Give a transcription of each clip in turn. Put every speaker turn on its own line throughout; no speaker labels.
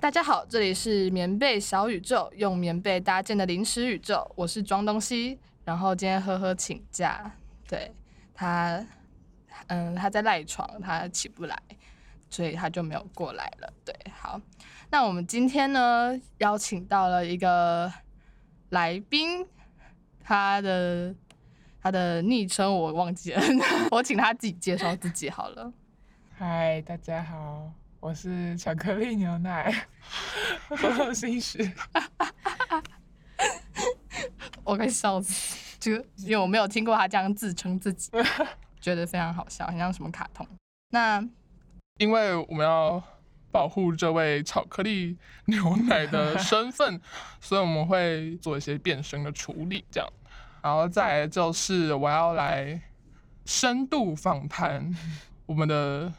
大家好，这里是棉被小宇宙，用棉被搭建的临时宇宙，我是庄东西。然后今天呵呵请假，对他，嗯，他在赖床，他起不来，所以他就没有过来了。对，好，那我们今天呢，邀请到了一个来宾，他的他的昵称我忘记了， 我请他自己介绍自己好了。
嗨，大家好，我是巧克力牛奶， 我有心事。
我快笑死！这个因为我没有听过他这样自称自己，觉得非常好笑，很像什么卡通。那
因为我们要保护这位巧克力牛奶的身 份，所以我们会做一些变声的处理，这样。然后再来就是我要来深度访谈我们的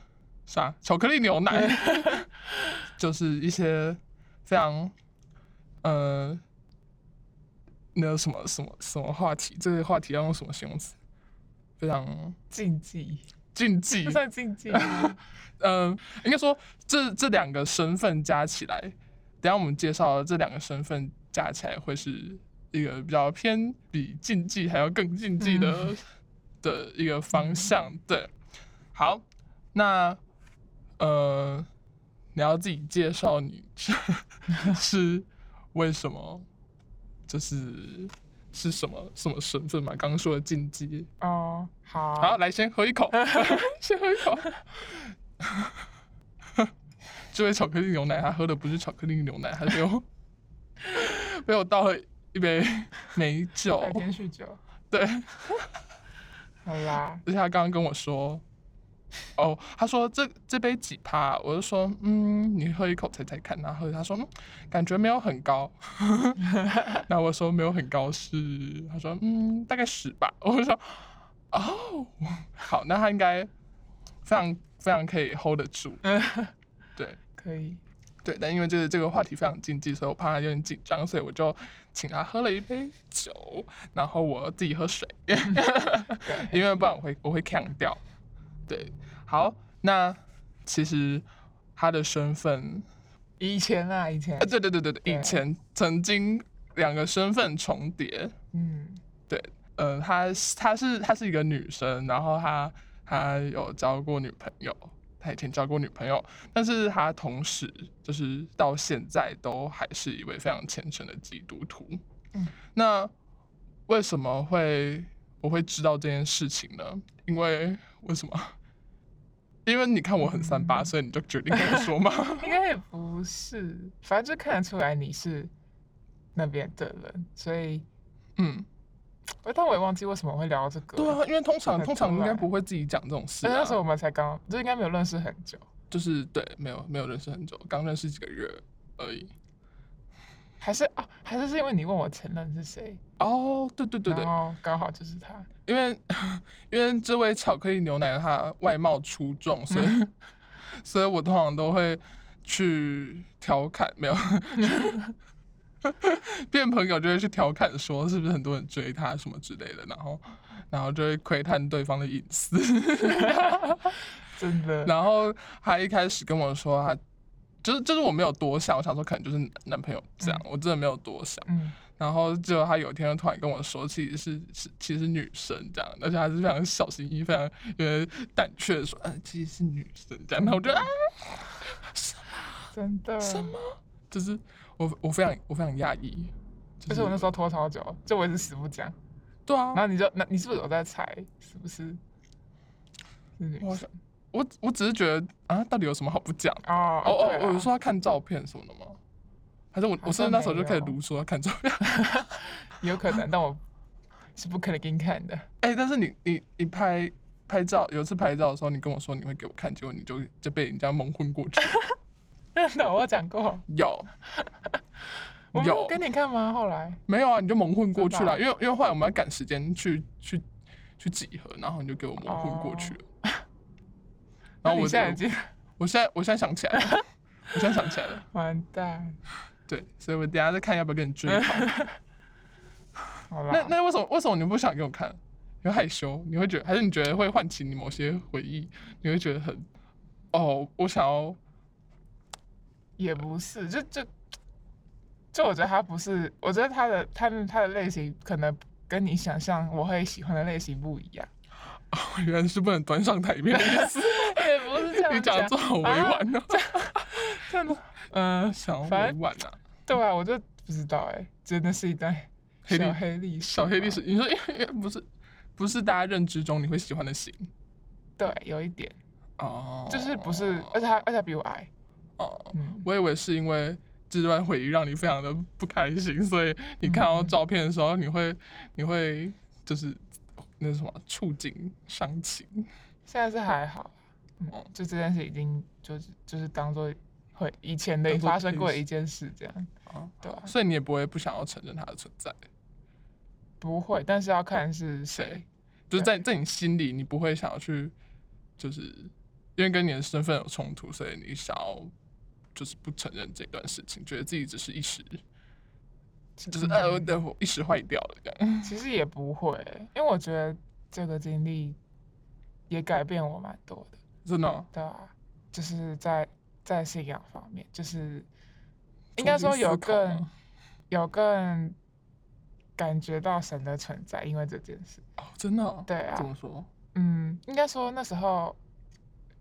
啥巧克力牛 奶，就是一些非常呃。那有什么什么什么话题？这个话题要用什么形容词？非常
禁忌，
禁忌
这，算禁忌吗？
嗯，应该说这这两个身份加起来，等一下我们介绍的这两个身份加起来会是一个比较偏比竞技还要更竞技的、
嗯
的一个方向。对，好，那呃，你要自己介绍你是 是为什么，就是是什么什么身份嘛？刚刚说的竞技，
哦，好，
好，来先喝一 口，先喝一口。这位巧克力牛奶，他喝的不是巧克力牛奶，他被 我被我倒了一杯美酒。
白天酗酒，
对，
好啦，
而且他刚刚跟我说，哦，他说这这杯几趴，我就说，嗯，你喝一口猜猜看。然后他说，嗯，感觉没有很高。 然后我说没有很高是，他说，嗯，大概十吧。 我说，哦，好，那他应该非常非常可以 hold 得住。对
可以，
对，但因为这个这个话题非常禁忌，所以我怕他有点紧张，所以我就请他喝了一杯酒，然后我自己喝水。因为不然我会我会强掉。对，好，那其实他的身份，
以前啊，以前
呃，，对对对对对，以
对
前曾经两个身份重叠。
嗯，
呃，他是他是他是一个女生，然后他他有交过女朋友，他以前交过女朋友，但是他同时就是到现在都还是一位非常虔诚的基督徒。
嗯，
那为什么会我会知道这件事情呢？因为为什么？因为你看我很三
嗯
八，所以你就决定跟我说 嘛。
应该也不是，反正就看得出来你是那边的人，所以，
嗯，
我但我也忘记为什么会聊到这个，
对啊，因为通常
看得
通常
出
应该
来
不会自己讲这种事、
但
啊。
哎那时候我们才刚，就应该没有认识很久，
就是对，没有没有认识很久，刚认识几个月而已。
还是啊，还是是因为你问我前任是谁，
哦，对对对对
然，后刚好就是他，
因为因为这位巧克力牛奶它外貌出众，所以、
嗯
所以我通常都会去调侃， 没有变朋友就会去调侃说是不是很多人追他什么之类的，然后然后就会窥探对方的隐私。
真的，
然后他一开始跟我说他就是就是我没有多想，我想说可能就是男朋友这样，我真的没有多想。
嗯，
然后结果他有一天就突然跟我说，其实是是其实女生这样，而且还是非常小心翼翼、非常有点胆怯的说，嗯、其实是女生这样。那我就啊，
真的，
什么？就是我我非常我非常压抑，就
就是我那时候拖超久，就我一直死不讲。
对啊
然，后你就那你是不是有在猜是不是是女
我
生？
我我只是觉得啊，到底有什么好不讲？
哦
哦哦，我
我
有说他看照片什么的吗？还是我我
好
甚
像
至那时候
没
就开始
有啊
读说他看照片。
有可
啊
能，但我是不可能给你看 的。
哎、但是你你你拍拍照，有一次拍照的时候，你跟我说你会给我看，结果你就就被人家蒙混过去。
那我有讲过，
有
我没
有
有给你看吗？后来
没有啊？你就蒙混过去
真的啊
了，因为因为后来我们要赶时间去去去集合，然后你就给我蒙混过去了。 然后
哦那
我
你现在已经
我现在我现在想起来 了，我现在想起来了，
完蛋，
对，所以我等一下再看要不要跟你追跑。
嗯好
那
啦，
那为什么为什么你不想给我看？因为害羞，你会觉得还是你觉得会唤起你某些回忆，你会觉得很哦，我想要
也不是，就就就我觉得他不是，我觉得他的他的他的类型可能跟你想象我会喜欢的类型不一样，
原来是不能端上台面的意思。
也不 是这样
你讲得这好委婉哦、
真的，嗯、
想
反
委
正
婉啊。
对啊，我就不知道哎、真的是一段
黑历
小黑历史，
小黑历史，，你说因为不是不是大家认知中你会喜欢的型
对，有一点，
哦，
就是不是，而且他而且他比我矮，
哦，
嗯，
我以为是因为这段回忆让你非常的不开心，所以你看到
嗯
照片的时候，你会你会就是那是什么触景伤情
现在是还好，嗯
哦，
就这件事已经就是就是当做会以前的
当作
发生过的
历史
一件事这样，
啊，
对啊
所以你也不会不想要承认它的存在，
不会，但是要看是
对
谁，
就是在在你心里，你不会想要去，就是因为跟你的身份有冲突，所以你想要就是不承认这段事情，觉得自己只是一时。就是呃，
嗯
对，我一时坏掉了这样。
其实也不会，因为我觉得这个经历也改变我蛮多的，
真的哦、
对啊，就是在在信仰方面，就是应
重
该
新
说有
思考吗
更有更感觉到神的存在，因为这件事，
哦，真的、哦，
对啊
怎么说？
嗯，应该说那时候。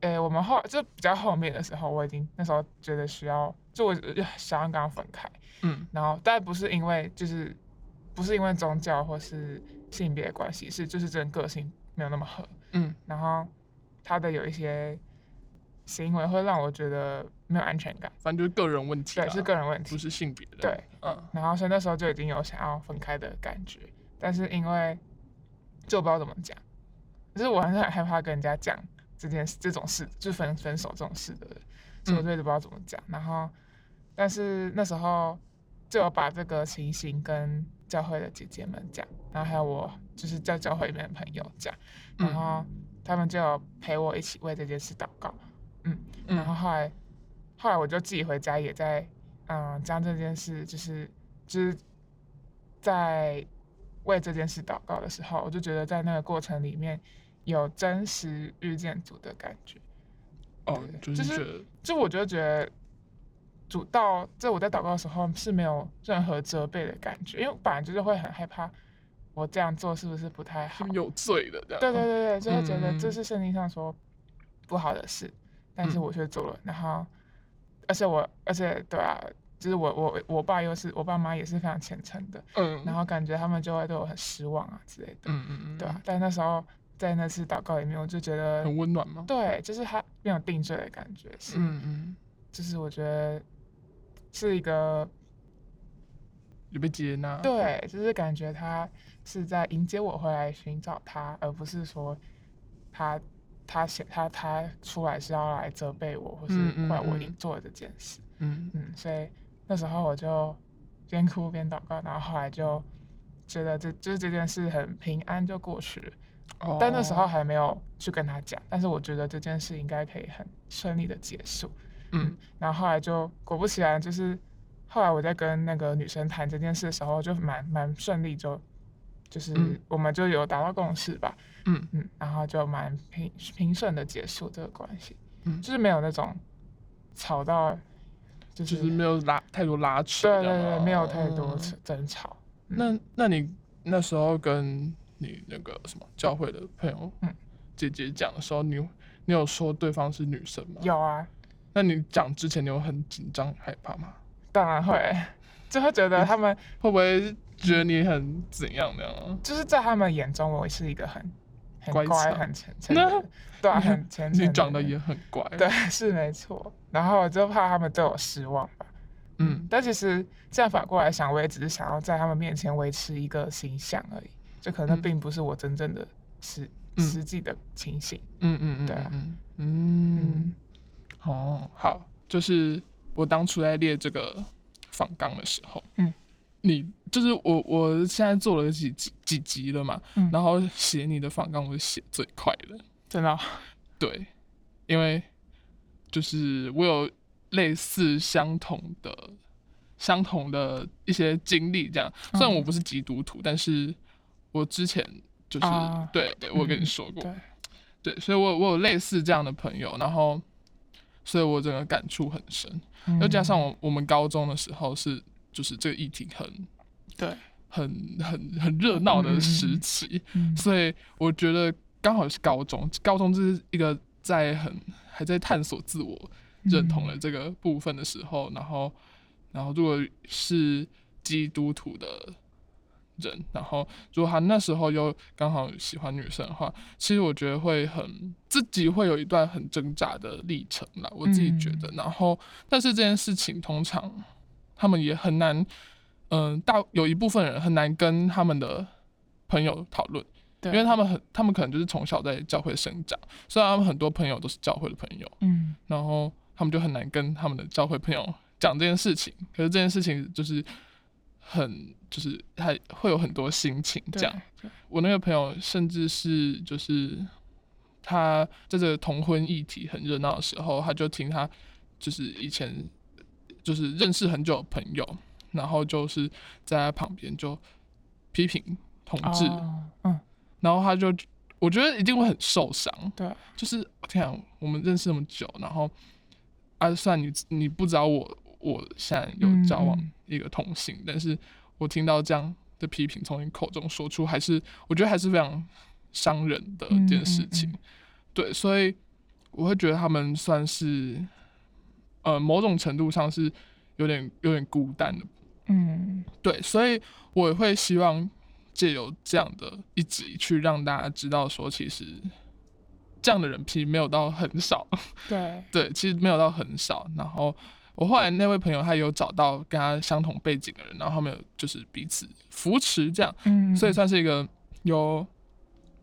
诶、我们后就比较后面的时候，我已经那时候觉得需要，就我呃想要跟他分开，
嗯，
然后但不是因为就是不是因为宗教或是性别关系，是就是真的个性没有那么合，
嗯，
然后他的有一些行为会让我觉得没有安全感，
反正就是个人问题、啊，
对，是个人问
不
题，
是性别的。
对，
嗯，
然后所以那时候就已经有想要分开的感觉，但是因为就不知道怎么讲，就是我还是很害怕跟人家讲这件事、这种事，就分分手这种事的，所以我就一直不知道怎么讲。然后，但是那时候就有把这个情形跟教会的姐姐们讲，然后还有我就是在教会里面的朋友讲，然后他们就有陪我一起为这件事祷告。
嗯
然后后来后来我就自己回家，也在嗯将这件事，就是就是在为这件事祷告的时候，我就觉得在那个过程里面有真实遇见主的感觉。
哦，就是
就是
觉得
就我就觉得主到在我在祷告的时候是没有任何责备的感觉，因为我本来就是会很害怕我这样做是不是不太
他
好
们。有罪的这样。
对对对对，就会觉得这
嗯
是圣经上说不好的事，但是
嗯
我却做了，然后而且我而且对啊，就是我我我爸又是我爸妈也是非常虔诚的，
嗯，
然后感觉他们就会对我很失望啊之类的，
嗯嗯嗯，
对啊，但那时候在那次祷告里面，我就觉得
很温暖吗？
对，就是他没有定罪的感觉，是、
嗯嗯，
就是我觉得是一个
有被接纳。，
对，就是感觉他是在迎接我回来寻找他，而不是说他他写他他出来是要来责备我，或是
嗯嗯
怪我
嗯
做这件事。
嗯
嗯所以那时候我就边哭边祷告，然后后来就觉得这就是这件事很平安就过去了。
哦，
但那时候还没有去跟他讲，但是我觉得这件事应该可以很顺利的结束。
嗯
然后后来就果不其然，就是后来我在跟那个女生谈这件事的时候，就蛮蛮顺利就，就是
嗯
我们就有达到共识吧，
嗯
嗯，然后就蛮平平顺的结束这个关系，
嗯
就是没有那种吵到，就
就是是没有拉太多拉扯。
对对
这样吗
对，没有太多嗯
嗯
争吵，
那那你那时候跟你那个什么教会的朋友
嗯
姐姐讲的时候，你你有说对方是女生吗？。
有啊，
那你讲之前，你有很紧张害怕吗？
当然会， 就会觉得他们
会不会觉得你很怎样那样啊？
就是在他们眼中，我是一个很很
乖
乖、
巧
很虔诚的 人，对啊，很虔诚的
你
人，
长得也很乖。
对，是没错。然后我就怕他们对我失望吧。
嗯，
但其实这样反过来想，我也只是想要在他们面前维持一个形象而已，就可
嗯
能那并不是我真正的实、
嗯
实际的情形。
嗯嗯嗯，
对啊
嗯嗯，哦，好，就是我当初在列这个访纲的时候，
嗯，
你就是我，我现在做了几集几集了嘛，
嗯
然后写你的访纲，我是写最快的，
真的哦、
对，因为就是我有类似相同的相同的一些经历，这样。虽
嗯
然我不是基督徒，但是我之前就是、
啊
对对，我跟你
嗯
说过，
对
对，所以我我有类似这样的朋友，然后所以我整个感触很深。
嗯
又加上我我们高中的时候是就是这个议题很
对，
很很很热闹
嗯嗯
的
嗯
时期，
嗯
所以我觉得刚好是高中，高中这是一个在很还在探索自我认同的这个部分的时候，然后然后如果是基督徒的人，然后如果他那时候又刚好喜欢女生的话，其实我觉得会很自己会有一段很挣扎的历程啦，我自己觉
嗯
得。然后，但是这件事情通常他们也很难，嗯、大有一部分人很难跟他们的朋友讨论，
对
因为他们很，他们可能就是从小在教会生长，虽然他们很多朋友都是教会的朋友，
嗯
然后他们就很难跟他们的教会朋友讲这件事情。可是这件事情就是很，就是还会有很多心情
对
这样。我那个朋友甚至是就是他在这个同婚议题很热闹的时候，他就听他就是以前就是认识很久的朋友，然后就是在他旁边就批评同志，
哦嗯
然后他就我觉得一定会很受伤，
对，
就是天啊，我们认识那么久，然后啊，算你你不知道我我现在有交往
嗯
一个同性，但是我听到这样的批评从你口中说出，还是我觉得还是非常伤人的一件事情。
嗯嗯
对，所以我会觉得他们算是呃某种程度上是有点有点孤单的
嗯
对，所以我会希望借由这样的一集去让大家知道说，其实这样的人其实没有到很少，
对，
对，其实没有到很少。然后我后来那位朋友他有找到跟他相同背景的人，然后他们有就是彼此扶持这样，
嗯
所以算是一个有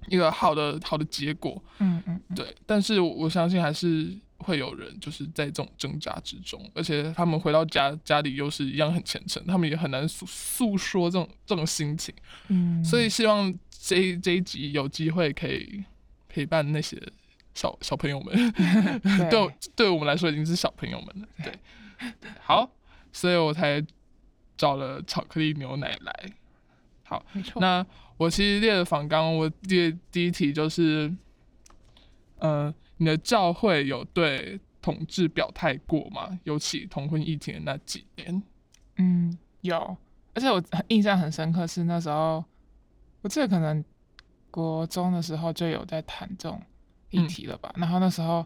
一个好的好的结果。
嗯嗯嗯
对，但是我我相信还是会有人就是在这种挣扎之中，而且他们回到家家里又是一样很虔诚，他们也很难诉诉说这种这种心情，
嗯，
所以希望这一这一集有机会可以陪伴那些小小朋友们，对我
对
对我们来说已经是小朋友们了，对，好，所以我才找了巧克力牛奶来。
没错，
那我其实列的访纲，我列第一题就是，呃，你的教会有对统治表态过吗？尤其同婚议题的那几年，
嗯，有，而且我印象很深刻是那时候，我记得可能国中的时候就有在谈这种议
嗯
题了吧。然后那时候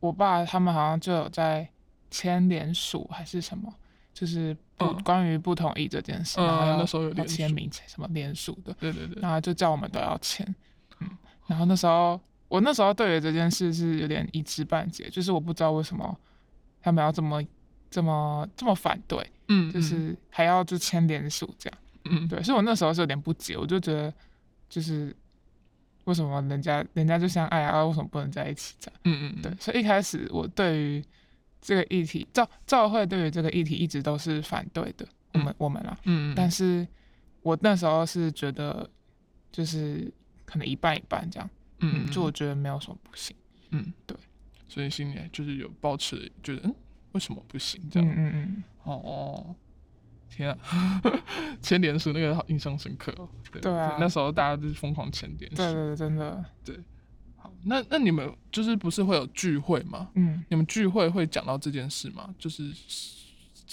我爸他们好像就有在签联署还是什么，就是不、
嗯
关于不同意这件事，然后
嗯
要
那时候有
要
联
签
署
名什么联署的，
对对对，哦
然后就叫我们都要签。嗯，然后那时候我那时候对于这件事是有点一知半解，就是我不知道为什么他们要这么这么这么反对。
嗯，
就
嗯
是还要就签联署这样。
嗯，
对，所以我那时候是有点不解，我就觉得就是为什么人家人家就相爱啊，为什么不能在一起这样？
嗯嗯，
对，，所以一开始我对于这个议题，教教会对于这个议题一直都是反对的，我们、我们啦。
嗯，
但
是
是我那时候是觉得就是可能一半一半这样，
嗯，
就我觉得没有什么不行。
嗯
对，
所以心里就是有保持觉得，嗯，为什么不行这
嗯
样？
嗯嗯，
哦哦，天啊， 签联署那个好印象深刻哦，对
对啊
那时候大家就是疯狂签联署，
对对对，真的，
好，那那你们就是不是会有聚会吗？
嗯
你们聚会会讲到这件事吗？就是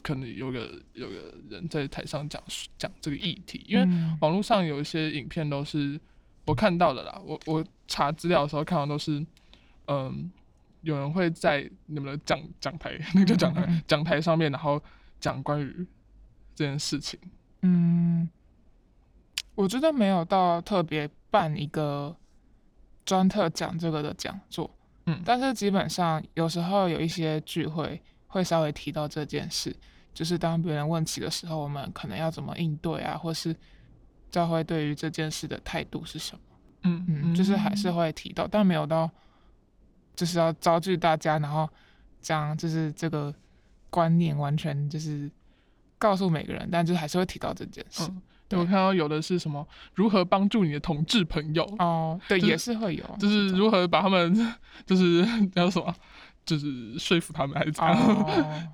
可能有个有个人在台上讲讲这个议题，因为
嗯
网络上有一些影片都是我看到的啦，我我查资料的时候看到都是，嗯，有人会在你们的讲讲台，那个叫讲
嗯嗯
台讲台上面，然后讲关于这件事情，
嗯，我觉得没有到特别办一个专特讲这个的讲座，
嗯
但是基本上有时候有一些聚会会稍微提到这件事，就是当别人问起的时候，我们可能要怎么应对啊，或是教会对于这件事的态度是什么，
嗯
嗯，就是还是会提到，但没有到就是要招聚大家，然后将就是这个观念完全就是告诉每个人，但就是还是会提到这件事。
嗯，
对
对我看到有的是什么如何帮助你的同志朋友，
哦，对，
就是
也是会有，
就是如何把他们 就是叫什么，就是说服他们还是怎样。，
哦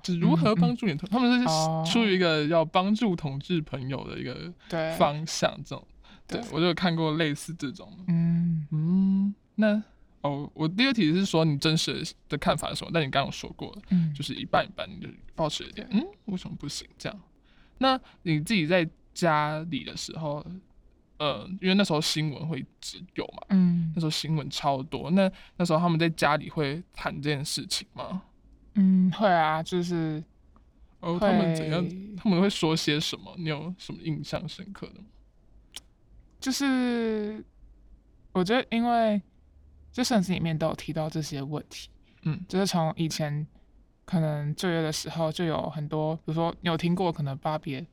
就是如何帮助你同，他们
哦
是出于一个要帮助同志朋友的一个
对，
方向，这种。对
对
我就有看过类似这种。
嗯，
嗯，那哦，我第二题是说你真实的看法是什么，但你刚刚有说过了，
嗯
就是一半一半，你就保持一点，嗯，为什么不行这样？那你自己在家里的时候，呃，因为那时候新闻会只有嘛，
嗯
那时候新闻超多，那那时候他们在家里会谈这件事情吗？
嗯，会啊，就是
哦，他们怎样？
会
他们会说些什么？你有什么印象深刻的吗？
就是，我觉得因为就圣经里面都有提到这些问题，
嗯
就是从以前可能就业的时候就有很多，比如说你有听过可能巴别、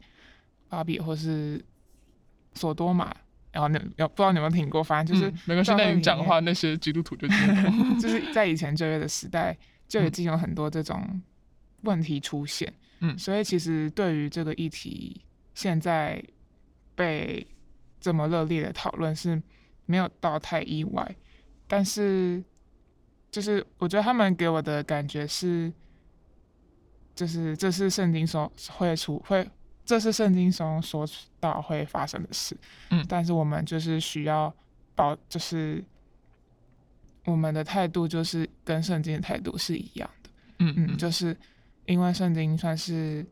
巴别或是索多玛，然后你有不知道你有没有听过，反正就是、
嗯没关系，
教会
那你
里
讲
面
话那些基督徒就听得懂。
就是在以前就业的时代，就已
嗯
经有很多这种问题出现。
嗯
所以其实对于这个议题，现在被这么热烈的讨论是没有到太意外，但是就是我觉得他们给我的感觉是，就是这是圣经所会出会。这是圣经中说到会发生的事，
嗯
但是我们就是需要保，就是我们的态度就是跟圣经的态度是一样的，
嗯
嗯，就是因为圣经算是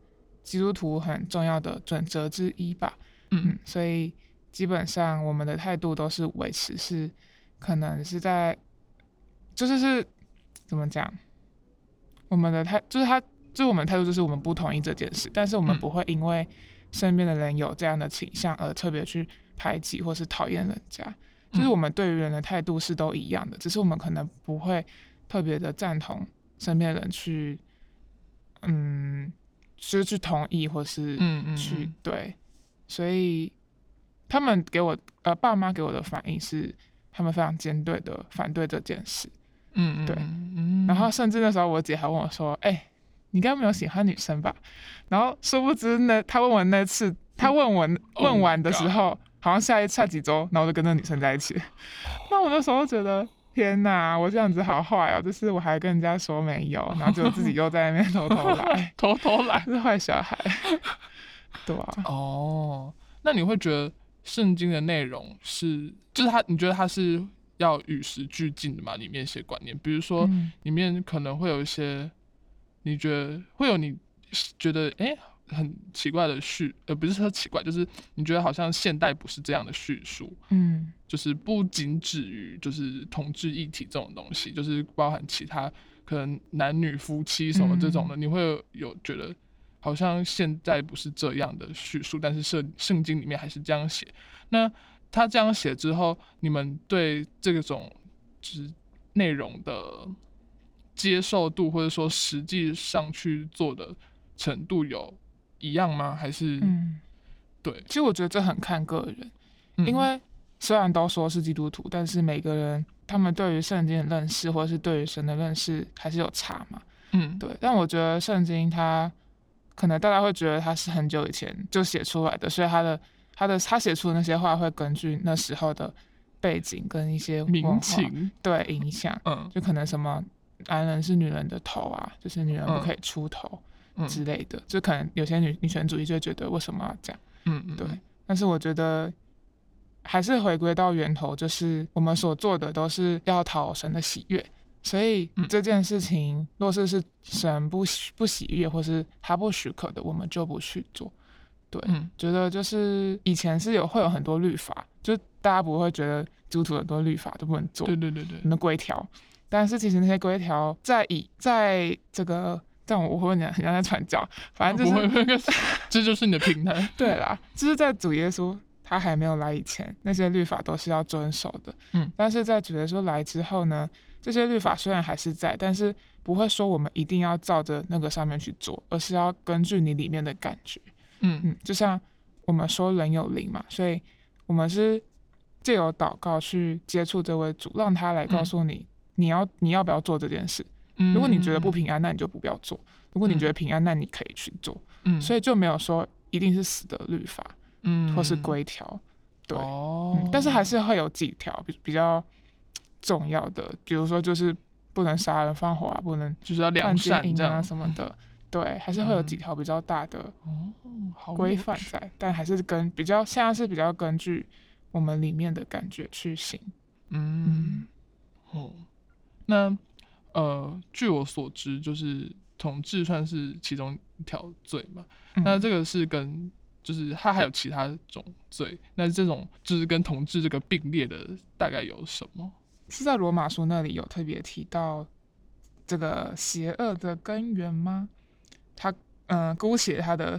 基督徒很重要的准则之一吧，
嗯
嗯，所以基本上我们的态度都是维持是，可能是在，就是是怎么讲，我们的态就是他就是我们的态度就是我们不同意这件事，但是我们
嗯
不会因为身边的人有这样的倾向而特别去排挤或是讨厌人家，就是
嗯
我们对于人的态度是都一样的，只是我们可能不会特别的赞同身边的人去，嗯，就是去同意或是
嗯嗯，
去
嗯
对，所以他们给我呃爸妈给我的反应是，他们非常尖锐的反对这件事，
嗯，
对
嗯，
然后甚至那时候我姐还问我说，哎、你该没有喜欢女生吧？然后殊不知呢，她问我那次，她问我
Oh
问完的时
God，
候，好像下一下几周，然后我就跟那女生在一起， 那我那时候觉得。天呐，我这样子好坏哦！就是我还跟人家说没有，然后就自己又在那边偷偷来
偷偷来。
是坏小孩。 对啊，
哦，那你会觉得圣经的内容是，就是它，你觉得它是要与时俱进的嘛？里面一些观念，比如说
嗯
里面可能会有一些，你觉得会有你觉得哎、诶很奇怪的叙，呃，不是说奇怪，就是你觉得好像现代不是这样的叙述，
嗯
就是不仅止于就是同志议题这种东西，就是包含其他可能男女夫妻什么这种
嗯
的，你会有有觉得好像现在不是这样的叙述，但是圣圣经里面还是这样写。那他这样写之后，你们对这种就是内容的接受度，或者说实际上去做的程度有一样吗？还是、
嗯，
对？
其实我觉得这很看个人，
嗯
因为虽然都说是基督徒，但是每个人他们对于圣经的认识，或者是对于神的认识，还是有差嘛。
嗯
对，但我觉得圣经它可能大家会觉得它是很久以前就写出来的，所以它的它的他写出的那些话会根据那时候的背景跟一些文化
民情，
对影响，
嗯
就可能什么男人是女人的头啊，就是女人不
嗯
可以出头
嗯
之类的，就可能有些女女权主义就会觉得为什么要这样。
嗯嗯
对，但是我觉得还是回归到源头，就是我们所做的都是要讨神的喜悦。所以
嗯
这件事情，若是是神不喜不喜悦，或是他不许可的，我们就不去做。
嗯
觉得就是以前是有会有很多律法，就大家不会觉得基督徒很多律法都不能做
对，对对对，
很多规条。但是其实那些规条在以在这个，但我会问你，很像在传教，反正就
啊不
是
会，那个是这就是你的平台。
对啦，就是在主耶稣他还没有来以前，那些律法都是要遵守的。
嗯，
但是在主耶稣来之后呢，这些律法虽然还是在，但是不会说我们一定要照着那个上面去做，而是要根据你里面的感觉。
嗯
嗯，就像我们说人有灵嘛，所以我们是借由祷告去接触这位主，让他来告诉你、你要你要不要做这件事。
嗯
如果你觉得不，平安，那你就不要做；如果你觉得平安，那你可以去做。
嗯，
所以就没有说一定是死的律法。
嗯
或是规条，对
哦
嗯，但是还是会有几条比比较重要的，比如说就是不能杀人放火啊，不能
就是要
犯
良
奸
善
淫
这
啊
样嗯
什么。的，对，还是会有几条比较大的
哦，好有
规范
趣
在，但还是跟比较现在是比较根据我们里面的感觉去行，
嗯嗯，哦，那呃，据我所知，就是统治算是其中一条罪嘛。那
嗯
这个是跟就是它还有其他种罪，那这种就是跟统治这个并列的大概有什么？
是在罗马书那里有特别提到这个邪恶的根源吗？他嗯、呃姑且他的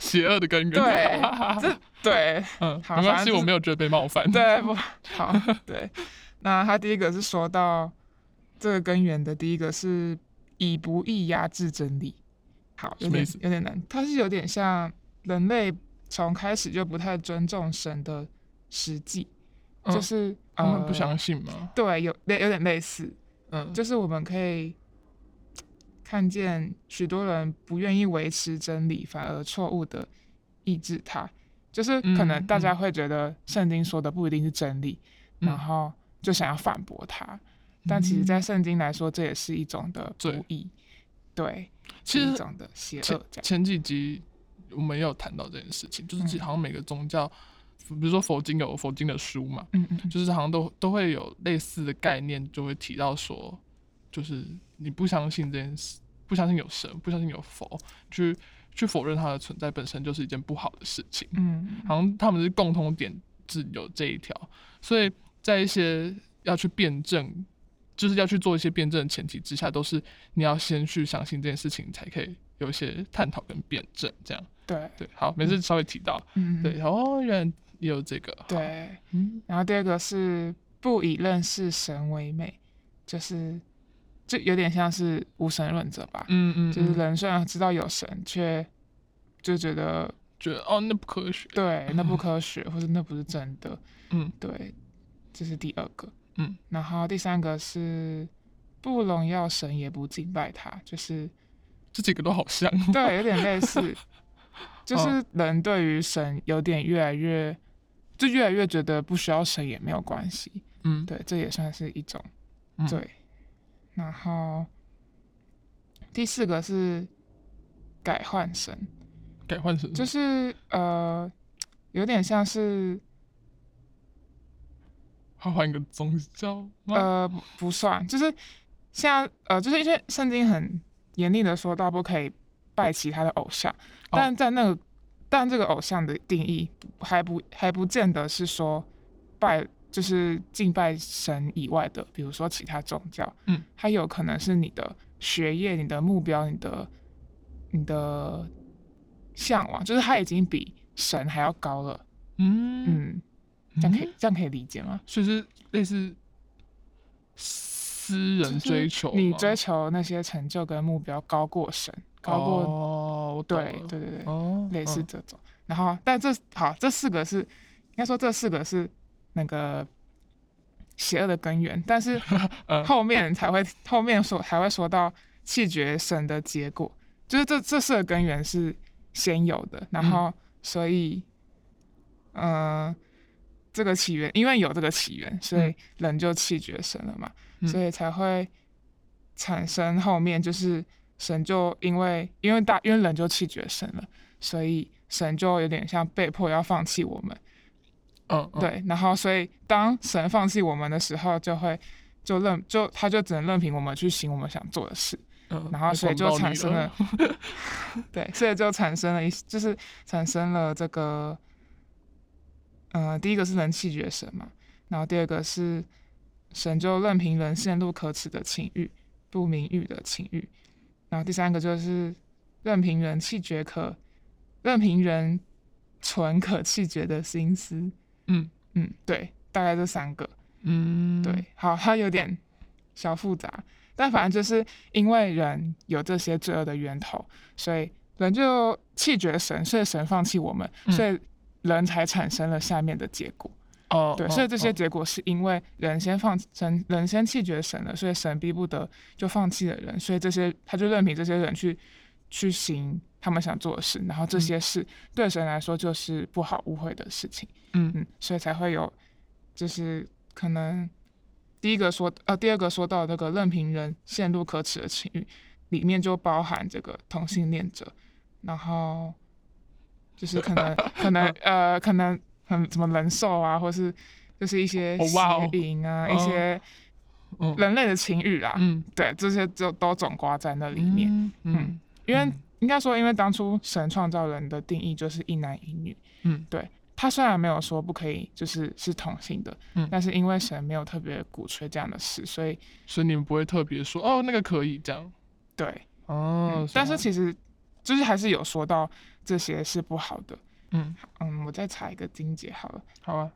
邪恶的根源。
对这对
嗯，
好
没关
反
系，我
正就是
没有觉得被冒犯。
对不好对。那他第一个是说到这个根源的第一个是以不义压制真理，好，有
什么
点
意思
有点难，它是有点像人类从开始就不太尊重神的实际，
嗯
就是
他们不
呃
相信吗？
对，有类有点类似，
嗯，
就是我们可以看见许多人不愿意维持真理，反而错误的抑制它。就是可能
嗯
大家
嗯
会觉得圣经说的不一定是真理，
嗯
然后就想要反驳它。但其实，在圣经来说，这也是一种的不
罪
义，对，
其
是
实
一嗯种的邪
前
恶，这样。
前几集我们也有谈到这件事情，就是
嗯
其实好像每个宗教，比如说佛经有佛经的书嘛，
嗯嗯，嗯
就是好像都都会有类似的概念，就会提到说，就是你不相信这件事，不相信有神，不相信有佛，去去否认它的存在本身就是一件不好的事情。
嗯，嗯
好像他们是共同点是有这一条，所以在一些要去辩证，就是要去做一些辩证的前提之下，都是你要先去相信这件事情，才可以有一些探讨跟辩证。这样
对，
对，好，每次稍微提到，
嗯，
对，哦，原来也有这个，好，
对。
嗯
然后第二个是不以认识神为美，就是就有点像是无神论者吧，
嗯嗯，
就是
嗯
人虽然知道有神，却就觉得
觉得哦，那不科学，
对那不科学，或者那不是真的，
嗯，
对，这是第二个，
嗯，
然后第三个是不荣耀神，也不敬拜他， 就是
这几个都好像，
对，有点类似，
哦
就是人对于神有点越来越，就越来越觉得不需要神也没有关系，
嗯，
对，这也算是一种
嗯
罪。然后第四个是改换神，
改换成
就是是呃，有点像是
换换一个宗教吗？
呃不不算，就是像呃，就是因为圣经很严厉的说到不可以拜其他的偶
哦
像，但在那个但这个偶像的定义还不还不见得是说拜就是敬拜神以外的，比如说其他宗教，
嗯，
它有可能是你的学业、你的目标、你的你的向往，就是它已经比神还要高了，
嗯，
嗯，这样可以、
嗯
这样可以理解吗？
所以是类似私人
就是
追求吗，
你追求那些成就跟目标高过神，高过、
哦，我懂
对
了
对对对，
哦，
类似
嗯
这种。然后，但这好，这四个是应该说这四个是那个邪恶的根源，但是
嗯
后面才会后面说才会说到弃绝神的结果，就是这这四个根源是先有的，然后所以，嗯、这个起源，因为有这个起源，所以
嗯
人就气绝神了嘛，
嗯
所以才会产生后面就是神就因为因为大因为人就气绝神了，所以神就有点像被迫要放弃我们，
嗯，嗯，
对，然后所以当神放弃我们的时候，就会就任就他就只能任凭我们去行我们想做的事，
嗯
然后所以就产生，
那
了
广告，嗯
对，所以就产生了一，就是产生了这个，呃，第一个是人气绝神嘛，然后第二个是神就任凭人陷入可耻的情欲、不名誉的情欲，然后第三个就是任凭人气绝可，任凭人存可气绝的心思，
嗯
嗯，对，大概这三个，
嗯，
对，好，它有点小复杂，但反正就是因为人有这些罪恶的源头，所以人就弃绝神，所以神放弃我们，
嗯
所以人才产生了下面的结果。
哦，
对，
哦
所以这些
哦
结果是因为人先放神，人先弃绝神了，所以神逼不得就放弃了人，所以这些他就任凭这些人去去行他们想做的事，然后这
嗯
些事、对神来说就是不好误会的事情。
嗯
嗯，所以才会有，就是可能第一个说呃，第二个说到那个任凭人陷入可耻的情欲，里面就包含这个同性恋者，然后就是可能可能呃可能很什么人兽啊，或是就是一些
哦哇哦
邪淫啊，
嗯
一些
嗯
人类的情欲啦，
嗯
对，这些就都总挂在那里面。
嗯
因为
嗯
应该说，因为当初神创造人的定义就是一男一女，
嗯
对。他虽然没有说不可以，就是是同性的，
嗯
但是因为神没有特别鼓吹这样的事，所以
所以你们不会特别说哦，那个可以这样
对。
哦
嗯。但是其实就是还是有说到这些是不好的。
嗯，
嗯，我再查一个经节好了，
好啊，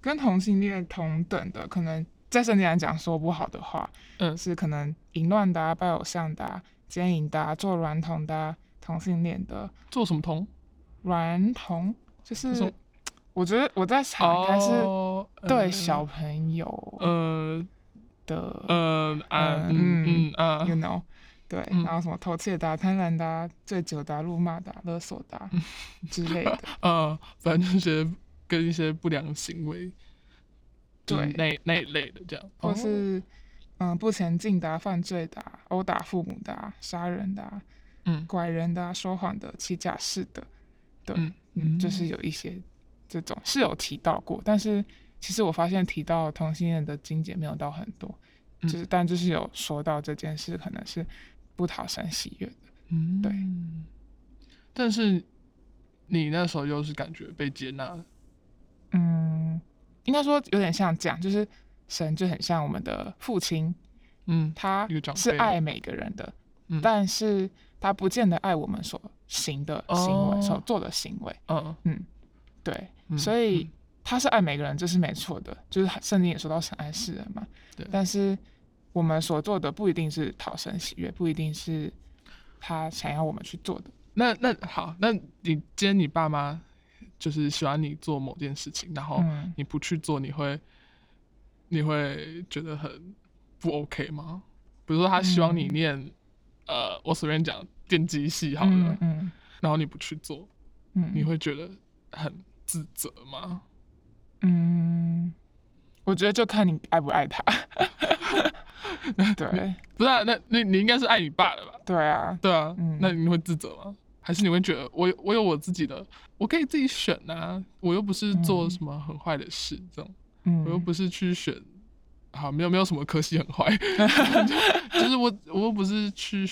跟同性恋同等的，可能在圣经来讲说不好的话，
嗯
是可能淫乱的、啊、拜偶像的、啊、奸淫的、啊、做软童的、啊、同性恋的、
做什么同？
软童，就
什么
是我觉得我在查应该是
哦
对
呃
小朋友
呃
的、
呃啊嗯嗯
嗯
啊
y o u know，对，
嗯
然后什么偷窃的啊、贪婪的啊、醉酒的啊、辱骂的啊、勒索的啊
嗯
之 类的，
呃，反正就是跟一些不良行为，就是
对
嗯那那一类的这样，
或
哦
是嗯不前进的啊、犯罪的啊、殴打父母的啊、杀人的啊、
嗯
拐人的啊、说谎的、欺假式的，对，
嗯
嗯就是有一些这种是有提到过，但是其实我发现提到同性恋的经节没有到很多，
嗯
就是但就是有说到这件事可能是不讨神喜悦的，
嗯
对。
但是你那时候又是感觉被接纳了，
嗯，应该说有点像这样，就是神就很像我们的父亲，
嗯
他
一个长辈
是爱每个人的，
嗯
但是他不见得爱我们所行的行为，
哦
所做的行为。
嗯
嗯，对，
嗯，
所以他是爱每个人，这是没错的，就是圣经也说到神爱世人嘛。
对
但是我们所做的不一定是讨神喜悦，不一定是他想要我们去做的。
那那好，那你今天你爸妈就是喜欢你做某件事情，然后
嗯
你不去做，你会你会觉得很不 OK 吗？比如说他希望你
嗯
念、呃，我随便讲电机系好了，
嗯嗯
然后你不去做，
嗯，
你会觉得很自责吗？
嗯，我觉得就看你爱不 爱他。对
不是、啊，那你你应该是爱你爸的吧？
对啊，
对啊，
嗯
那你会自责吗？还是你会觉得我有我有我自己的，我可以自己选啊，我又不是做
嗯
什么很坏的事，这种、
嗯，
我又不是去选，好没有没有什么科系很 坏，就就是我我又不是去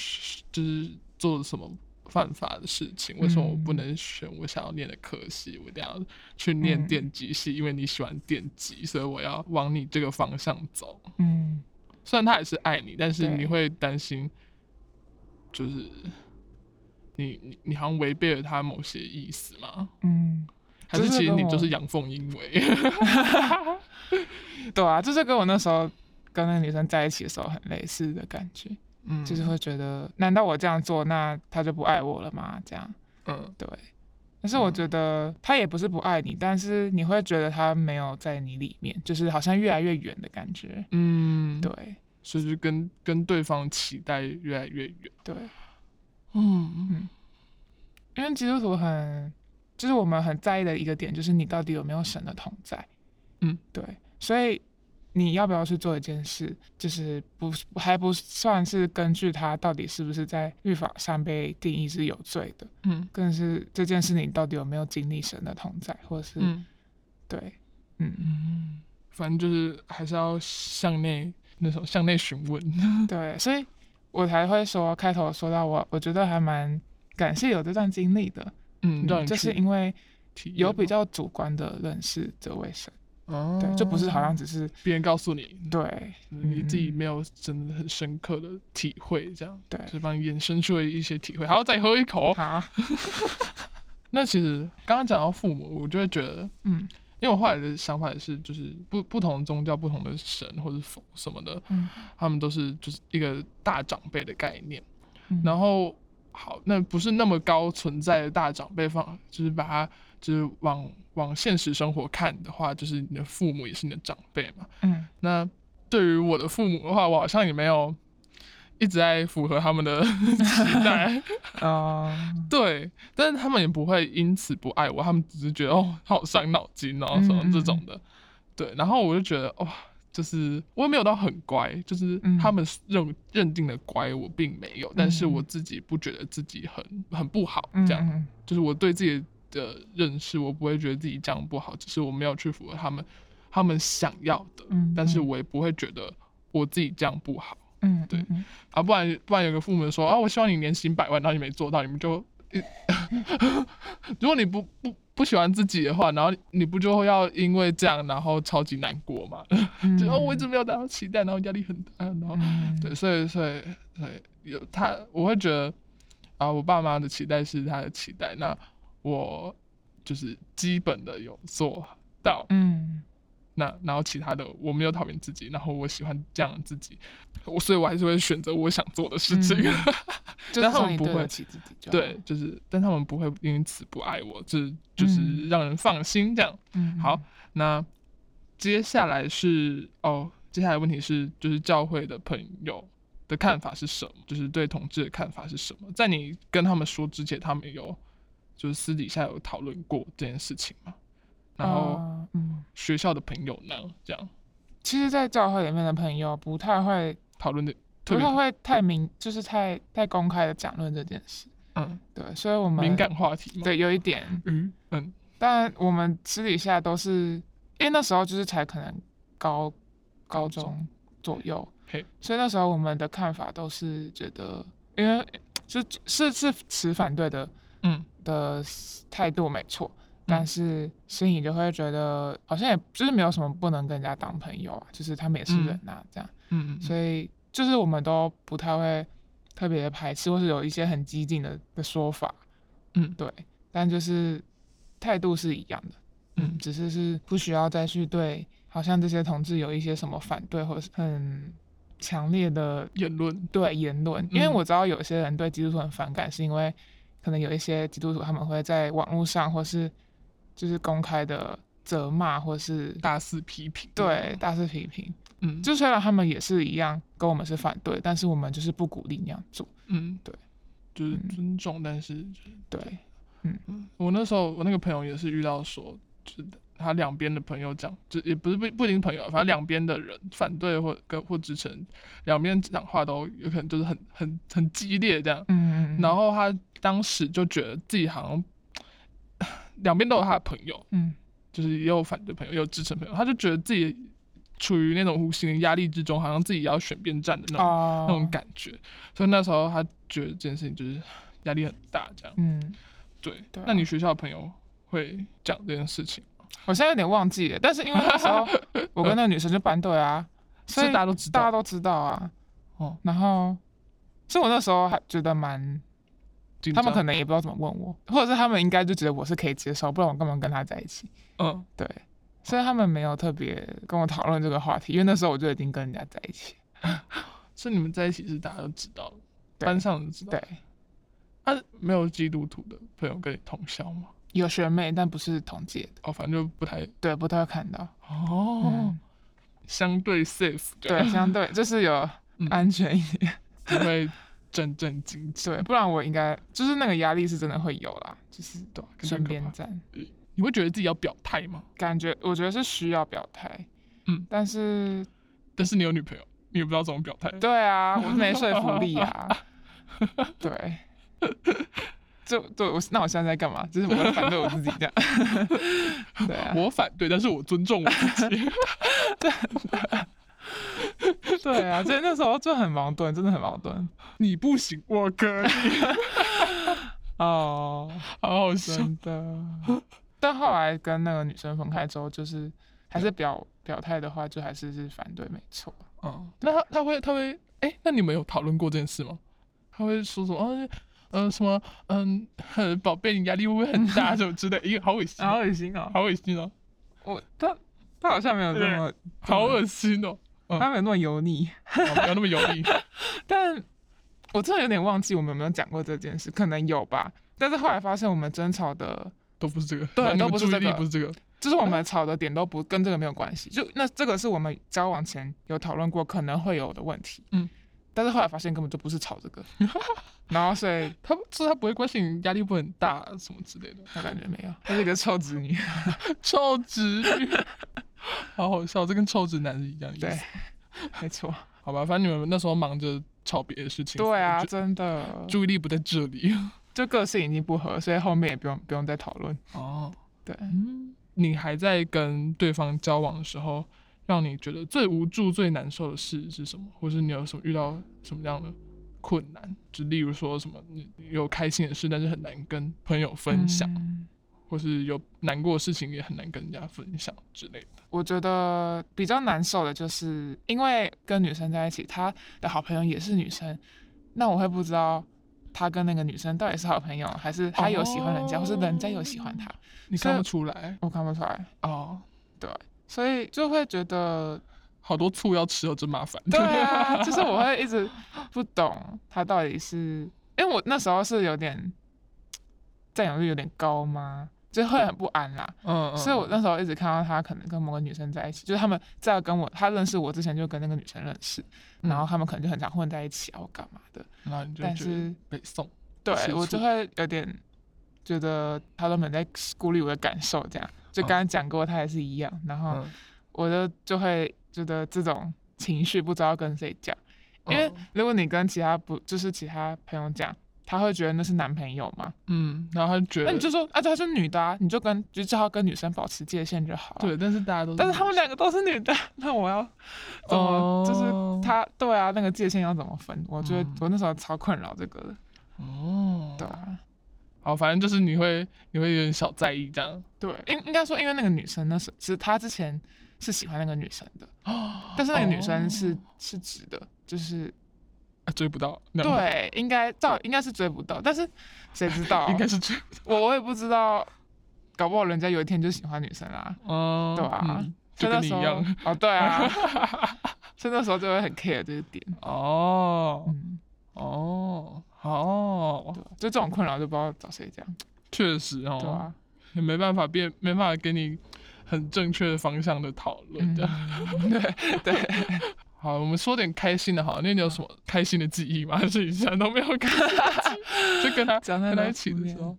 就是做什么犯法的事情，为什么我不
嗯
能选我想要念的科系？我一定要去念
嗯
电机系，因为你喜欢电机，所以我要往你这个方向走。
嗯
虽然他也是爱你，但是
对
你会担心，就是你你你好像违背了他某些意思吗？
嗯，
还是
就是
其实你
跟我
就是阳奉阴 违？
对啊，这就跟我那时候跟那个女生在一起的时候很类似的感觉，
嗯
就是会觉得，难道我这样做，那他就不爱我了吗？这样
嗯
对。但是我觉得他也不是不爱你，但是你会觉得他没有在你里面，就是好像越来越远的感觉。
嗯，
对
所以就跟跟对方期待越来越远。
对，
嗯
因为基督徒很，就是我们很在意的一个点，就是你到底有没有神的同在。
嗯，
对，所以你要不要去做一件事，就是不还不算是根据他到底是不是在律法上被定义是有罪的，
嗯
更是这件事你到底有没有经历神的同在，或是、
嗯
对，嗯，
嗯，反正就是还是要向内那种向内询问。
对，所以我才会说开头说到我，我觉得还蛮感谢有这段经历的，
嗯，让你
就是
去
因为
体验
有比
嘛
较主观的认识这位神。
哦，
对，就不是好像只是
别人告诉你，
对
你自己
嗯
没有真的很深刻的体会，这样
对
就是帮你衍生出了一些体会。好，再喝一口。哦
好，啊
那其实刚刚讲到父母，我就会觉得，
嗯
因为我后来的想法也是，就是不不同宗教、不同的神或者佛什么的，
嗯，
他们都是就是一个大长辈的概念。
嗯
然后好，那不是那么高存在的大长辈放，就是把它就是往往现实生活看的话，就是你的父母也是你的长辈嘛。
嗯
那对于我的父母的话，我好像也没有一直在符合他们的 期 待，呃
嗯
对，但是他们也不会因此不爱我，他们只是觉得哦，好伤脑筋哦，
嗯
什么这种的，对，然后我就觉得哇、就是我也没有到很乖，就是
嗯
他们认认定的乖，我并没有，但是
嗯
我自己不觉得自己很很不好，
嗯
这样，
嗯
就是我对自己的认识，我不会觉得自己这样不好，只是我没有去符合他们他们想要的，
嗯
但是
嗯
我也不会觉得我自己这样不好
嗯，
对
嗯，嗯
啊，不然不然有个父母说啊，我希望你年薪百万，然后你没做到，你们就， 如果你不不不喜欢自己的话，然后你不就会要因为这样然后超级难过嘛？
嗯
就哦，我一直没有达到期待，然后压力很大，然后
嗯
对，所以所以所以有他，我会觉得啊，我爸妈的期待是他的期待，那我就是基本的有做到，
嗯
那然后其他的我没有讨厌自己，然后我喜欢这样的自己，我所以我还是会选择我想做的事 情。
嗯就
但
至少
他们
你
不
对
会
得起自己就好
对，，就是，但他们不会因此不爱我，这就是
嗯
让人放心这样。
嗯，
好，那接下来是哦，接下来问题是就是教会的朋友的看法是什么？就是对同志的看法是什么？在你跟他们说之前，他们有就是私底下有讨论过这件事情吗？然后
啊嗯，
学校的朋友呢？这样
其实，在教会里面的朋友不太会，
讨论的特
不
别
太会太明，就是太太公开的讲论这件事，
嗯
对，所以我们
敏感话题吗？
对有一点，
嗯嗯
但我们私底下都是，因为那时候就是才可能高高中左右
嘿，
所以那时候我们的看法都是觉得，因为就是是持反对的
嗯
的态度没错，但是心里就会觉得好像也就是没有什么不能跟人家当朋友啊，就是他们也是人呐、这样，
嗯嗯，
所以就是我们都不太会特别排斥，或是有一些很激进的的说法，
嗯
对，但就是态度是一样的，
嗯
嗯，只是是不需要再去对好像这些同志有一些什么反对或是很强烈的
言论
对言论，因为
嗯
我知道有些人对基督徒很反感，是因为可能有一些基督徒他们会在网络上或是就是公开的责骂或是
大肆批评，
对，大肆批评。
嗯
就虽然他们也是一样跟我们是反对，但是我们就是不鼓励那样做。
嗯
对，
就是
嗯
尊重，但是
对，
嗯，我那时候我那个朋友也是遇到说，就是他两边的朋友讲，就也不是不不一定朋友啊，反正两边的人反对或跟或支撑，两边讲话都有可能就是很很很激烈这样。
嗯，
然后他当时就觉得自己好像 两边都有他的朋友，
嗯
就是也有反对朋友，也有支持朋友，他就觉得自己处于那种无形的压力之中，好像自己也要选边站的那种、
哦
那种，感觉。所以那时候他觉得这件事情就是压力很大这样。
嗯，
对，
对
那
啊
你学校的朋友会讲这件事情吗？
我现在有点忘记了，但是因为那时 候我跟那个女生就班队啊，所以
是大家都知
大家
道，
都知道啊。
哦，
然后，所以我那时候还觉得蛮，
紧
他们可
张
能也不知道怎么问我，或者是他们应该就觉得我是可以接受，不然我干嘛跟他在一起？
嗯，
对，所以他们没有特别跟我讨论这个话题，因为那时候我就已经跟人家在一起。
是你们在一起是大家都知道了，
对
班上都知道。
对，
啊，没有基督徒的朋友跟你同校吗？
有学妹，但不是同届的，
哦，反正就不太
对，不太会看到。
哦，
嗯，
相对 safe，这样
对，相对就是有
嗯
安全一点。
不会正正经经。
对，不然我应该就是那个压力是真的会有啦，就是
对啊，感觉
身
很可
边
怕。
站，
你会觉得自己要表态吗？
感觉我觉得是需要表态。
嗯，
但是
但是你有女朋友，你也不知道怎么表态。
对啊，我没说服 力啊。对，就对我那我现在在干嘛？就是我在反对我自己这样。对啊，
我反对，但是我尊重我自己。
对啊，所以那时候就很矛盾，真的很矛盾。
你不行，我可以，
哦，
好好笑。
真 的。但后来跟那个女生分开之后，就是还是表表态的话，就还是是反对，没错。
嗯，那他他会他会哎、那你们有讨论过这件事吗？他会说什么？哦呃，什么？嗯，呃宝贝，你压力会不会很大？什么之类？因为好恶心哦，
恶心哦！
好恶心哦，
我他他好像没有这么，
好恶心哦！
他没有那么油腻，
哦不要那么油 腻。
但我真的有点忘记我们有没有讲过这件事，可能有吧。但是后来发现我们争吵的，
啊都不是这个，
对
你们
都不是
注意
这
力
个
不是这个，
就是我们吵的点都不跟这个没有关系，就那这个是我们交往前有讨论过可能会有的问题，
嗯，
但是后来发现根本就不是吵这 个，然后所以
他是他不会关心你压力不会很大什么之类的，
我感觉没有，她是一个臭直女，
臭直女， 好好笑，这跟臭直男是一样的意思。
对，没错，
好吧，反正你们那时候忙着吵别的事情，
对啊，
就
真的，就
注意力不在这里。
就个性已经不合，所以后面也不用不用再讨论，
哦，
对，
嗯，你还在跟对方交往的时候，让你觉得最无助、最难受的事是什么？或是你有什么遇到什么样的困难？就例如说什么，你你有开心的事，但是很难跟朋友分享，
嗯
或是有难过的事情也很难跟人家分享之类的。
我觉得比较难受的就是，因为跟女生在一起，她的好朋友也是女生，那我会不知道她跟那个女生到底是好朋友，还是她有喜欢人家，或是人家有喜欢她，
你
所以
看不出来
我看不出来，
哦，
所以就会觉得，
好多醋要吃哦，真麻烦。
对啊，就是我会一直不懂她到底是，因为我那时候是有点占有率有点高吗？就会很不安啦，
嗯，嗯
所以我
嗯
那时候一直看到他可能跟某个女生在一起，就是他们在跟我他认识我之前就跟那个女生认识，然
嗯
后他们可能就很常混在一起啊，或干嘛的。
然后你就
但
觉得
是
被送，
对
吃
我
醋
就会有点觉得他都没有在顾虑我的感受，这样就刚刚讲过他也是一样，然后
嗯，
我就就会觉得这种情绪不知道跟谁讲，
哦嗯
因为如果你跟其他不就是其他朋友讲，他会觉得那是男朋友嘛，
嗯，然后他就觉
那
得
你就说啊，她是女的、啊，你就跟就叫她跟女生保持界限就好了。
对，但是大家都
但是他们两个都是女的，啊那我要怎么、
哦
就是他对啊，那个界限要怎么分？我觉得
嗯
我那时候超困扰这个的，
哦，
对啊，
好，反正就是你会你会有点小在意这样。
对，应应该说，因为那个女生那时候其实她之前是喜欢那个女生的，
哦，
但是那个女生是、是直的，就是
啊追不到，那样？
对，应该照应该是追不到，但是谁知 道
应该是 追，
我我也不知道，搞不好人家有一天就喜欢女生啦，
嗯，
对啊
嗯
所
就
以那
跟你一
时候
样
哦，对 啊，所以那时候就会很 care 这个点，
哦
嗯，
哦哦
对，，就这种困扰就不知道找谁讲，
确实
对
哦，
啊。
也没办法变，没办法给你很正确的方向的讨论这样。
嗯、 对对，
好，我们说点开心的好了，那你有什么开心的记忆吗？还是以前都没有开心的记忆？就跟他
讲得
跟他
很
一起
敷
的时
衍
候，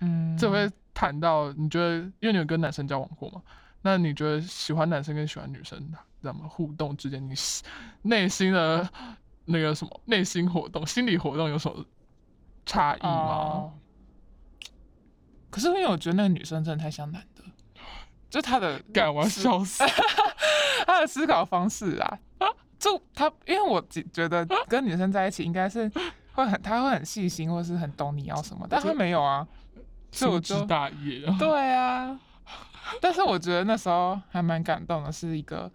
嗯，
这会谈到你觉得，因为你有跟男生交往过嘛，那你觉得喜欢男生跟喜欢女生怎么互动之间，你是内心的那个什么内心活动、心理活动有什么差异吗？
哦。可是因为我觉得那个女生真的太像男的，就她的
干、我要笑死！
她的思考方式啊， 就她，因为我只觉得跟女生在一起应该是会很，她会很细心，或是很懂你要什么，但她没有啊。所以
粗
我
枝
就
大叶，
对啊，但是我觉得那时候还蛮感动的，是一个，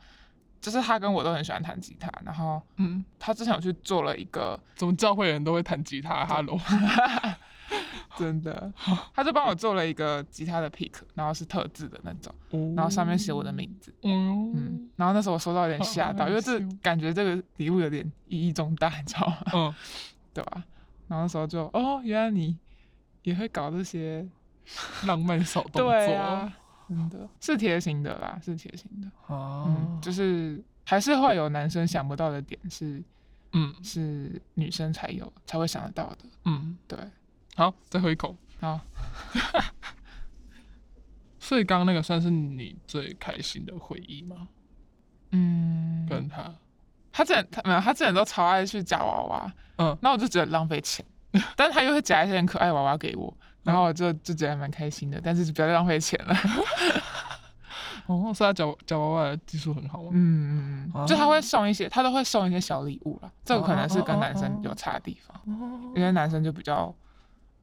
就是她跟我都很喜欢弹吉他，然后
嗯，
她之前有去做了一个
怎么教会人都会弹吉他？哈喽，
真的，他就帮我做了一个吉他的 pick，然后是特制的那种， 然后上面写我的名字，
嗯
嗯，然后那时候我收到有点吓
好
到，因为这
害羞
感觉这个礼物有点意义重大，你知道吗？
嗯，
对吧、然后那时候就哦，原来你也会搞这些，
浪漫小动作，
对啊，真的是贴心的啦，是贴心的，嗯，
啊，
就是还是会有男生想不到的点是
嗯
是女生才有才会想得到的，
嗯，
对，
好，再喝一口。
好，
所以刚刚那个算是你最开心的回忆吗？
嗯，
跟他，
他之前他没有，他之前都超爱去夹娃娃，
嗯
那我就觉得浪费钱， 但是他又会夹一些很可爱的娃娃给
嗯
我，然后我就就觉得还蛮开心的，但是就不要再浪费钱 了。
哦，所以他夹夹娃娃的技术很好吗？
嗯嗯
哦
嗯，就他会送一些，他都会送一些小礼物啦，这个可能是
哦哦
跟
哦
男
哦
生有差的地方，
哦，
因为男生就比较，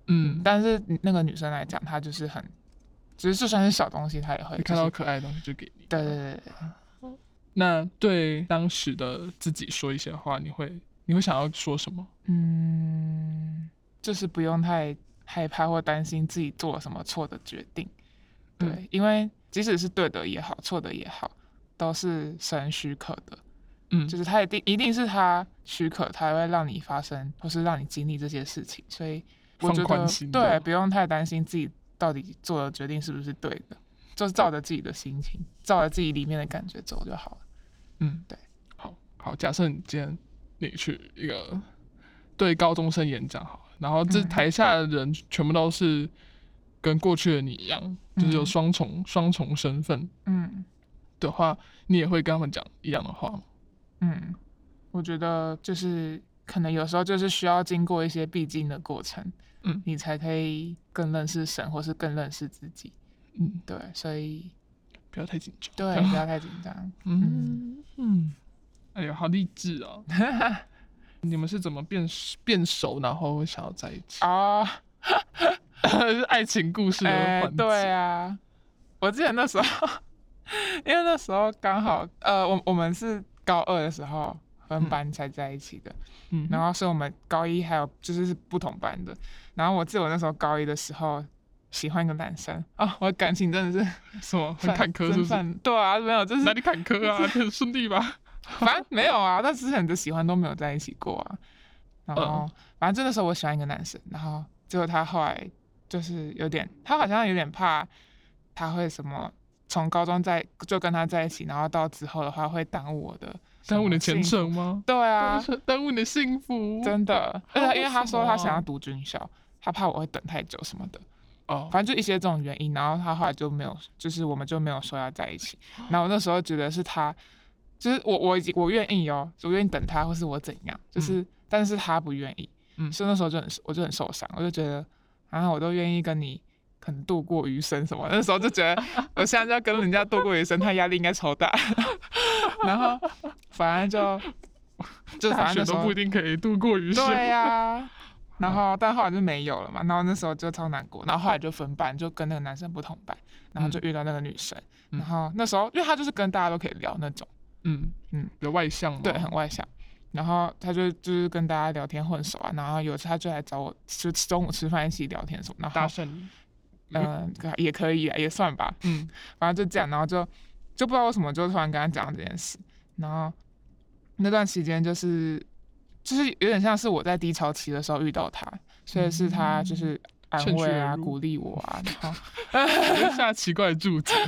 嗯，
但是那个女生来讲，她就是很，只是就算是小东西，她也会、
你
就
看
是
到可爱的东西就给你。
对对对对，对
那对当时的自己说一些话，你会你会想要说什么？
嗯，就是不用太害怕或担心自己做了什么错的决定。对，
嗯
因为即使是对的也好，错的也好，都是神许可的，
嗯，
就是他一定一定是他许可，才会让你发生或是让你经历这些事情。所以
嗯
我
放
觉
宽
得
心的
对，不用太担心自己到底做的决定是不是对的，就是照着自己的心情，照着自己里面的感觉走就好了。
嗯，
对，
好好，假设你今天你去一个对高中生演讲好了，然后这
嗯
台下的人全部都是跟过去的你一样，就是有
嗯
双重双重身份
嗯
的话，你也会跟他们讲一样的话吗？
嗯，我觉得就是可能有时候就是需要经过一些必经的过程，
嗯
你才可以更认识神，或是更认识自己。
嗯，
对，所以
不要太紧张。
对，不要太紧张。
嗯
嗯，
嗯，哎呦，好励志 哦！你们是怎么变变熟，然后会想要在一起？
哦，
是 爱情故事的
哎、
环节。
对啊，我记得那时候，因为那时候刚好，呃，我我们是高二的时候分班才在一起的，
嗯，
然后是我们高一还有就是是不同班的，然后我记得我那时候高一的时候喜欢一个男生啊、我的感情真的是
什么很
泛
坎坷，
真
是不是？
泛对啊，没有，就是
哪里坎坷啊？ 很顺利吧？
反正没有啊，但之前的喜欢都没有在一起过啊。然后、
嗯
反正那时候我喜欢一个男生，然后结果他后来就是有点，他好像有点怕他会什么，从高中在就跟他在一起，然后到之后的话会耽误我的什
耽误
么
你的前
幸福。
程吗？
对 啊，
耽误你的幸福。
真的，而
啊
且因
为
为他
什
说他想
么
要读军校，他怕我会等太久什么的，
哦，
反正就一些这种原因，然后他后来就没有，就是我们就没有说要在 一起。然后我那时候觉得是他，就是我我已经我愿意哦，我愿意等他，或是我怎样，就是、但是他不愿意，
嗯
所以那时候就很我就很受伤，我就觉得，然、后我都愿意跟你。可能度过余生什么，那时候就 觉得我现在就要跟人家度过余生，他压力应该超大。 然后反正就 就
大
反
学
正那时
都
候
不一定可以度过 余生。
对呀、然后但后来就没有了嘛，然后那时候就超难过，然后后来就分班，就跟那个男生不同班，然后就遇到那个女生，
嗯
然后那时候因为她就是跟大家都可以聊那种，
嗯嗯
嗯，
比较外向嘛。
对，很外向。然后她就就是跟大家聊天混熟啊，然后有次她就来找我，就中午吃饭一起聊天什么，然
搭
后
讪你。
嗯、呃也可以啊，也算吧，
嗯
反正就这样，然后就就不知道为什么就突然跟他讲这件事，然后那段期间就是就是有点像是我在低潮期的时候遇到他，所以是他就是安
嗯趁虚
慰
而
啊、
入
鼓励我啊，然后
留下奇怪的注解。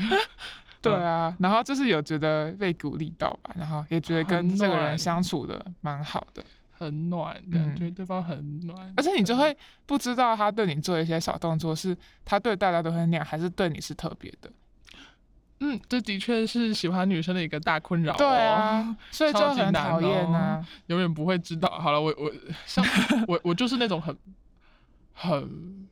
对
嗯
啊，然后就是有觉得被鼓励到吧，然后也觉得
很
跟这个
暖嗯
人相处的蛮好的，
很暖，感
嗯
觉对方很暖，
而且你就会不知道他对你做一些小动作是他对大家都会那样，还是对你是特别的，
嗯，这的确是喜欢女生的一个大困扰、哦。
对，啊，所以就
超级
很
难
讨厌
哦
啊，
永远不会知道。好了，我我 像我我就是那种很很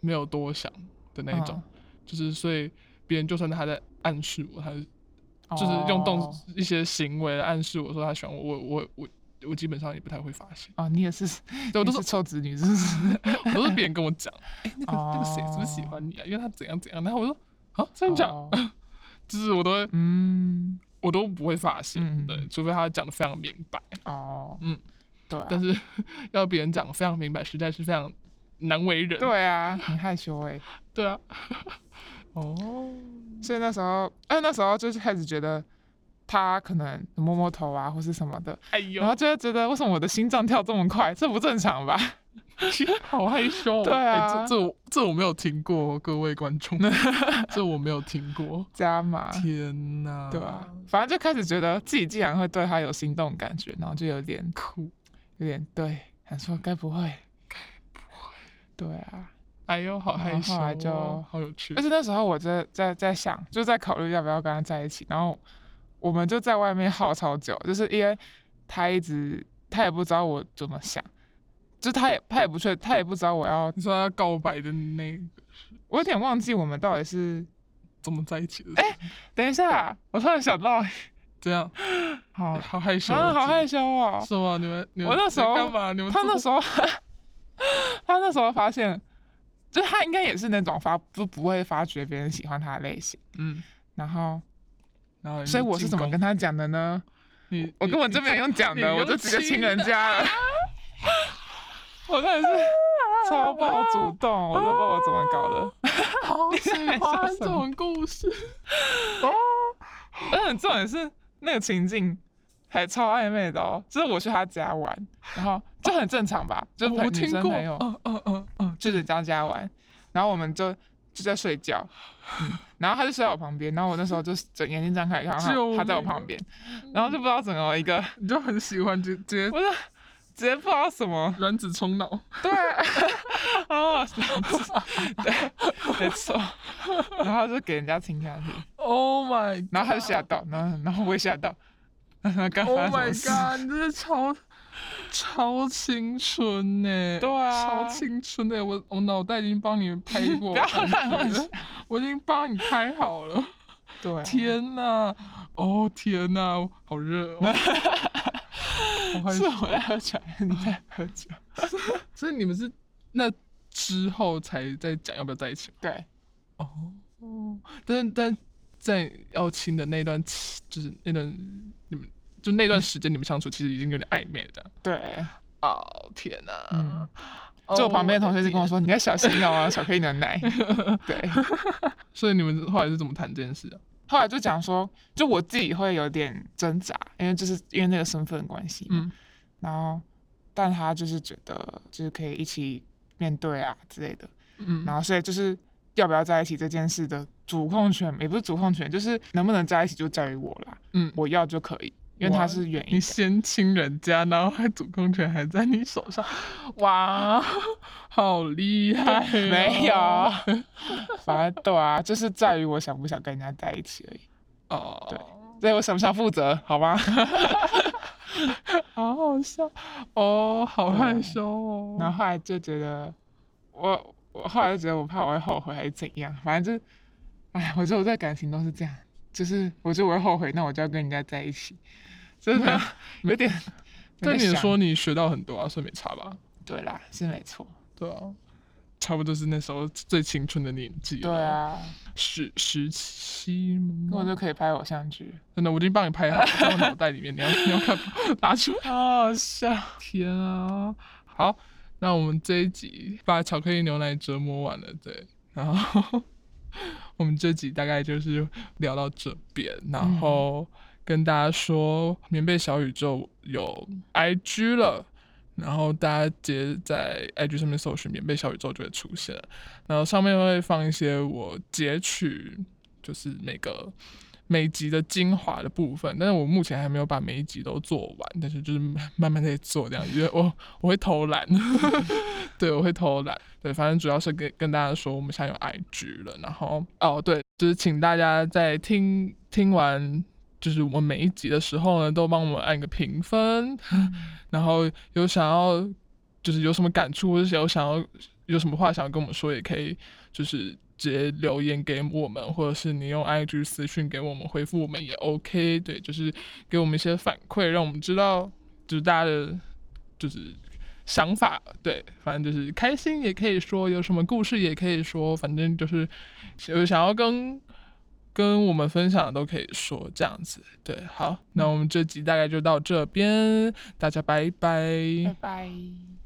没有多想的那一种，
嗯
就是所以别人就算他在暗示我，他
嗯，
就是用动
哦
一些行为来暗示我说他喜欢我，我我我我基本上也不太会发现，
哦，你也是，
对我都
你
是
是臭子女，是 不是？
我都是别人跟我讲，哎、那个那个谁是不是喜
哦
欢你啊？因为他怎样怎样，然后我说啊，真的假的
哦
就是我都会
嗯，
我都不会发现，
嗯
对，除非他讲的非常明白。
哦，
嗯，
对啊，
但是 要别人讲得非常明白，实在是非常难为人。
对啊， 很害羞哎、
对 啊，哦，
所以那时候，哎、那时候就是开始觉得他可能摸摸头啊，或是什么的，
哎呦
然，后就会觉得为什么我的心脏跳这么快，这不正常吧？
好害羞哦。
对啊
哎这这我这我没有听过，哦各位观 众，这我没有听过。
加码，
天哪，
对啊，反正就开始觉得自己竟然会对他有心动的感觉，然后就有点
哭。
有点对，想说该不会，对啊。
哎呦，好害
然
羞
后后来就
哦，好有趣
而。且那时候我在在在想，就在考虑要不要跟他在一起，然后我们就在外面耗超久，就是因为他一直他也不知道我怎么想，就他也他也不确，他也不知道我要，
你说他告白的那个
我有点忘记我们到底是。
怎么在一起的？哎，
等一下，我突然想到，
这样
好
哎好害羞
啊，好害
羞。
羞哦。
是吗？你们你们
我那时候
你们干嘛？你们
他
做
那时候， 他那时候发现，就是他应该也是那种发不不会发觉别人喜欢他的类型，
嗯，
然后，
然后
所以我是怎么跟他讲的呢？
你
我根本
这
就
边。
没用讲
你
的，我
用
就直接
亲
亲人 家了。我真的是超爆主动，我都不知道我怎么搞的。
好喜欢这种故事，
而嗯且重点是那个情境还超暧昧的哦，就是我去他家玩，然后就很正常吧， 就
我
朋女
听
生
过，
朋友
嗯嗯嗯嗯，
去人家家玩，然后我们就就在睡觉，嗯然后他就睡在我旁边，然后我那时候就是整眼睛张开，然后
救
他他在我
命
旁边，然后就不知道整个一个，
你就很喜欢直 直接
我就直接不知道什么。
卵子冲脑，
对，哦， 对，没错。 然后就给人家亲下去，
，Oh my，
然后他就吓到，Oh 然后然后我也吓到， 然后刚
god，Oh
发
Oh
生
my
什么事
god，你真的超超青春呢，
对啊
超青春的，我 我脑袋已经帮你拍过
不要
感觉
乱
了，我已经帮你拍好了，对啊，
天哪，
哦天哪，好 热哦！我会
是我在喝酒，还是你在喝酒？
所以你们是那之后才在讲要不要在一起吗？
对，
哦，但是但在要亲的那段期，就是那段你们就那段时间你们相处，其实已经有点暧昧了这样。
对，
哦天哪、
嗯
哦
就我旁边的同学
的
就跟我说：“你要小心哦，巧克力牛 奶。”对，
天所以你们后来是怎么谈这件事啊的、
后来就讲说，就我自己会有点挣扎，因为就是因为那个身份关系嘛。
嗯
然后，但他就是觉得就是可以一起面对啊之类的。
嗯
然后，所以就是要不要在一起这件事的主控权，也不是主控权，就是能不能在一起就在于我啦。
嗯，
我要就可以，因为
哇
他是原
你
因。
先亲人家，然后还主控权还在你手上，哇，好厉害、哦！
没 有，反正对啊，就是在于我想不想跟人家在一起而已，
哦，
对在于我想不想负责，好吗？
好好笑哦，好
对
害羞哦。
然后后来就觉得我，我后来就觉得我怕我会后悔还是怎样，反正就，哎，我觉得我在感情都是这样，就是我觉得我会后悔，那我就要跟人家在一起，真的 有点。有
但
点
你也
想
说你学到很多啊，所以没差吧？
对啦，是没错。
对啊，差不多是那时候最青春的年纪了。
对，啊，
十十七
那我
吗
就可以拍偶像剧。
真的，我已经帮你拍好了，在我脑袋里面，你要你要看 拿出来。
好 笑。
天啊！好，那我们这一集把巧克力牛奶折磨完了，对，然后我们这集大概就是聊到这边，然后跟大家说，棉被小宇宙有 IG 了。然后大家直接在 IG 上面搜寻“棉被小宇宙”就会出现了，然后上面会放一些我截取，就是每个每集的精华的部分，但是我目前还没有把每一集都做完，但是就是慢慢在做这样，因为我我会偷懒， 对，我会偷懒，对，反正主要是跟跟大家说我们现在有 IG 了，然后哦对，就是请大家在听听完。就是我每一集的时候呢，都帮我们按个评分， 然后有想要就是有什么感触，或者有想要有什么话想要跟我们说，也可以就是直接留言给我们，或者是你用 IG 私讯给我们回复我们也 OK。对，就是给我们一些反馈，让我们知道就是大家的就是想法。对，反正就是开心也可以说，有什么故事也可以说，反正就是有想要跟。跟我们分享的都可以说这样子，对，好，那我们这集大概就到这边，大家拜拜
拜拜。